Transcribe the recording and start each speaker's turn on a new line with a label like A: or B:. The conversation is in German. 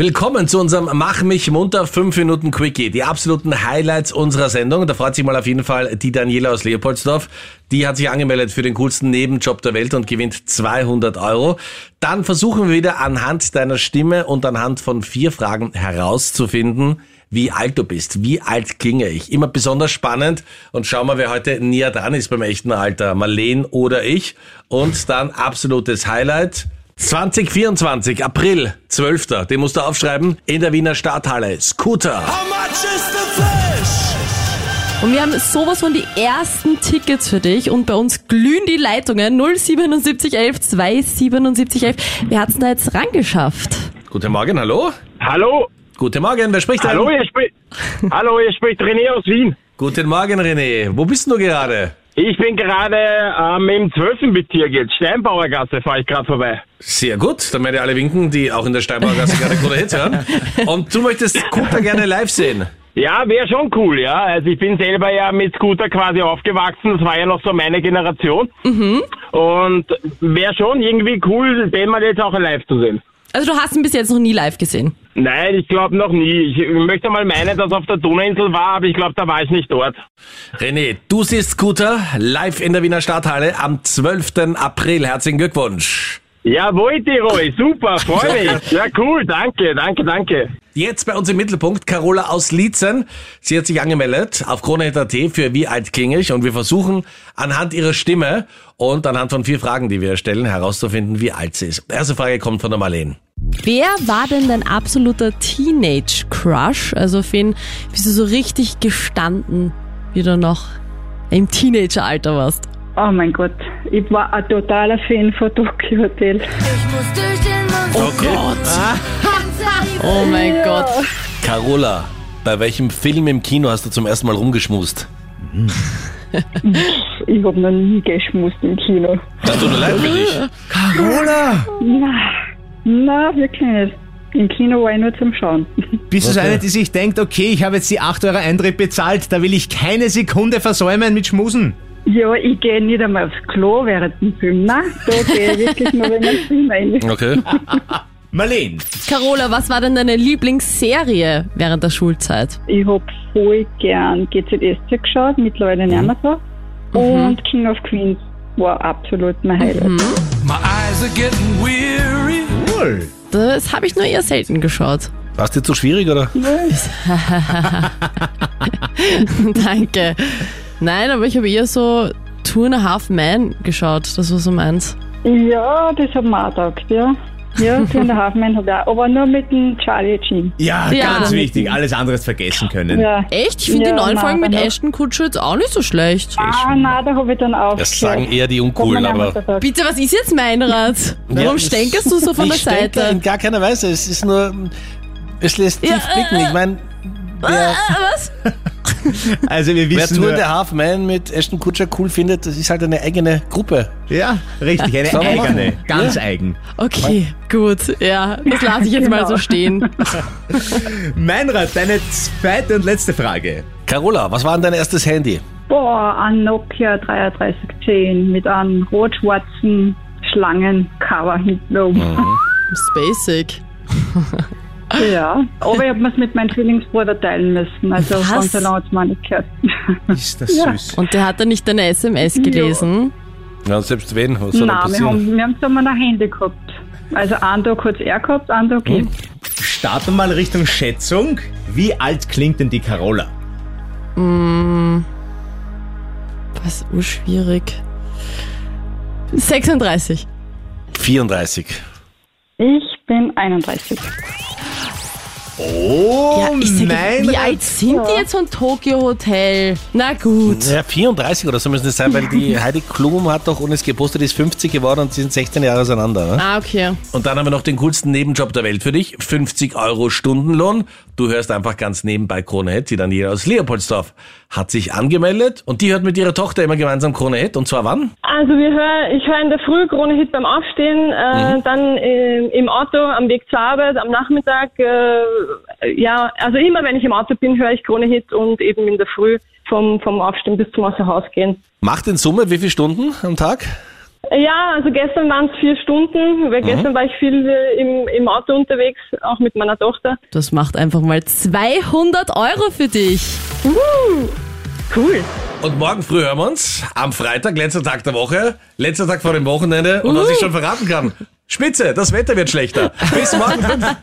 A: Willkommen zu unserem Mach mich munter 5 Minuten Quickie. Die absoluten Highlights unserer Sendung. Da freut sich mal auf jeden Fall die Daniela aus Leopoldsdorf. Die hat sich angemeldet für den coolsten Nebenjob der Welt und gewinnt 200 Euro. Dann versuchen wir wieder anhand deiner Stimme und anhand von vier Fragen herauszufinden, wie alt du bist. Wie alt klinge ich? Immer besonders spannend. Und schauen wir, wer heute näher dran ist beim echten Alter. Marleen oder ich. Und dann absolutes Highlight. 2024, April, 12. Den musst du aufschreiben. In der Wiener Stadthalle. Scooter.
B: How much is the fish?
C: Und wir haben sowas von die ersten Tickets für dich und bei uns glühen die Leitungen 07711 27711. Wer hat's denn da jetzt rangeschafft?
A: Guten Morgen, hallo.
D: Hallo,
A: Guten Morgen, wer spricht da?
D: hallo, ihr spricht, hallo, ihr spricht René aus Wien.
A: Guten Morgen, René. Wo bist denn du gerade?
D: Ich bin gerade ähm, im 12. Bezirk jetzt, Steinbauergasse, fahre ich gerade vorbei.
A: Sehr gut. Dann werden alle winken, die auch in der Steinbauer Gasse gerade gute Hits hören. Und du möchtest Scooter gerne live sehen.
D: Ja, wäre schon cool, ja. Also ich bin selber ja mit Scooter quasi aufgewachsen, das war ja noch so meine Generation. Und wäre schon irgendwie cool, den mal jetzt auch live zu sehen.
C: Also du hast ihn bis jetzt noch nie live gesehen.
D: Nein, ich glaube noch nie. Ich möchte mal meinen, dass auf der Donauinsel war, aber ich glaube, da war ich nicht dort.
A: René, du siehst Scooter live in der Wiener Stadthalle am 12. April. Herzlichen Glückwunsch.
D: Jawohl, Tirol, super, freue mich. Ja, cool, danke, danke, danke.
A: Jetzt bei uns im Mittelpunkt Carola aus Liezen. Sie hat sich angemeldet auf Krone.at für Wie alt klinge ich? Und wir versuchen anhand ihrer Stimme und anhand von vier Fragen, die wir stellen, herauszufinden, wie alt sie ist. Erste Frage kommt von der Marleen.
C: Wer war denn dein absoluter Teenage-Crush? Also auf wen bist du so richtig gestanden, wie du noch im Teenageralter warst?
E: Oh mein Gott, ich war ein totaler Fan von Tokyo Hotel.
C: Oh Gott. Oh mein Gott.
A: Carola, bei welchem Film im Kino hast du zum ersten Mal rumgeschmust?
E: Ich habe noch nie geschmust im Kino.
A: Das tut mir leid für dich.
E: Na, na, wirklich nicht. Im Kino war ich nur zum Schauen.
F: Bist du so eine, die sich denkt, okay, ich habe jetzt die 8 Euro Eintritt bezahlt, da will ich keine Sekunde versäumen mit Schmusen.
E: Ja, ich gehe nicht einmal aufs Klo während dem Film. Na, da gehe ich wirklich nur in den Film rein.
A: Okay.
F: Marleen,
C: Carola, was war denn deine Lieblingsserie während der Schulzeit?
E: Ich habe voll gern GZSZ geschaut, mittlerweile nicht mehr so. Und King of Queens war absolut mein Highlight.
B: My eyes are getting weary.
F: cool.
C: Das habe ich nur eher selten geschaut.
A: War's dir zu schwierig, oder?
C: Danke. Nein, aber ich habe eher so Two and a Half Man geschaut. Das war so meins.
E: Ja, das hat mir auch gedacht, ja. Ja, Two and a Half Men habe ich auch, aber nur mit dem Charlie Jean.
F: Ja,
C: Ja.
F: ganz wichtig, alles andere ist vergessen können.
E: Ja.
C: Echt? Ich finde
E: Ja,
C: die neuen
E: na,
C: Folgen mit
E: aber-
C: Ashton Kutscher jetzt auch nicht so schlecht.
E: Ah, nein, da habe ich dann aufgehört.
A: Das sagen
G: eh,
A: eher die
E: Hat mir
A: Uncoolen,
E: niemand
A: aber...
E: gesagt.
C: Bitte, was ist jetzt mein Rat? Warum stänkerst du so von der Seite?
A: gar keiner Weise. Es ist nur... Es lässt
C: Ja, äh, tief blicken. Ich
A: meine...
C: Ah, Was?
F: Also wir
G: Wer
F: wissen
G: Tour
F: nur,
G: der Half Man mit Ashton Kutscher cool findet, das ist halt eine eigene Gruppe.
F: ja, richtig, eine
G: Sollen wir
F: eigene,
G: machen?
F: ganz eigen.
C: Okay, gut. Ja, das lasse ich jetzt mal so stehen.
F: Meinrad, deine zweite und letzte Frage.
G: Carola, was war denn dein erstes Handy?
E: Boah, ein Nokia 3310 mit einem rot-schwarzen Schlangencover hinten oben.
C: Basic.
E: Ja, aber ich habe es mit meinem Zwillingsbruder teilen müssen. Also
C: Was?
E: ganz allein hat es mir nicht gehört.
F: Ist das süß.
C: Und der hat dann nicht deine SMS gelesen.
G: Ja, selbst wen? Was soll denn
E: Nein, wir
G: passieren?
E: haben, wir haben es einmal ein Handy gehabt. Also einen Tag hat es er gehabt, einen Tag ich.
F: Starten wir mal Richtung Schätzung. Wie alt klingt denn die Carola?
C: Was? Urschwierig. 36.
G: 34.
E: Ich bin 31.
F: Oh
C: Ja, ich sag,
F: mein
C: wie alt sind die jetzt von Tokyo Hotel? Na gut.
G: Ja, 34 oder so müssen es sein, weil die Heidi Klum hat doch ohne es gepostet, ist 50 geworden und sie sind 16 Jahre auseinander. Ne?
C: Ah, okay.
A: Und dann haben wir noch den coolsten Nebenjob der Welt für dich. 50 Euro Stundenlohn. Du hörst einfach ganz nebenbei Krone Hit. Die Daniela aus Leopoldsdorf hat sich angemeldet und die hört mit ihrer Tochter immer gemeinsam Krone Hit. Und zwar wann?
H: Also wir hören, ich höre in der Früh Krone Hit beim Aufstehen, äh, dann äh, im Auto am Weg zur Arbeit, am Nachmittag. Äh, ja, also immer wenn ich im Auto bin, höre ich Krone Hit und eben in der Früh vom, vom Aufstehen bis zum Außerhaus gehen.
G: Macht in Summe wie viele Stunden am Tag?
H: Ja, also gestern waren es vier Stunden, weil gestern war ich viel äh, im, im Auto unterwegs, auch mit meiner Tochter.
C: Das macht einfach mal 200 Euro für dich.
H: Cool.
A: Und morgen früh hören wir uns. Am Freitag, letzter Tag der Woche, letzter Tag vor dem Wochenende. Und was ich schon verraten kann. Spitze, das Wetter wird schlechter. Bis morgen.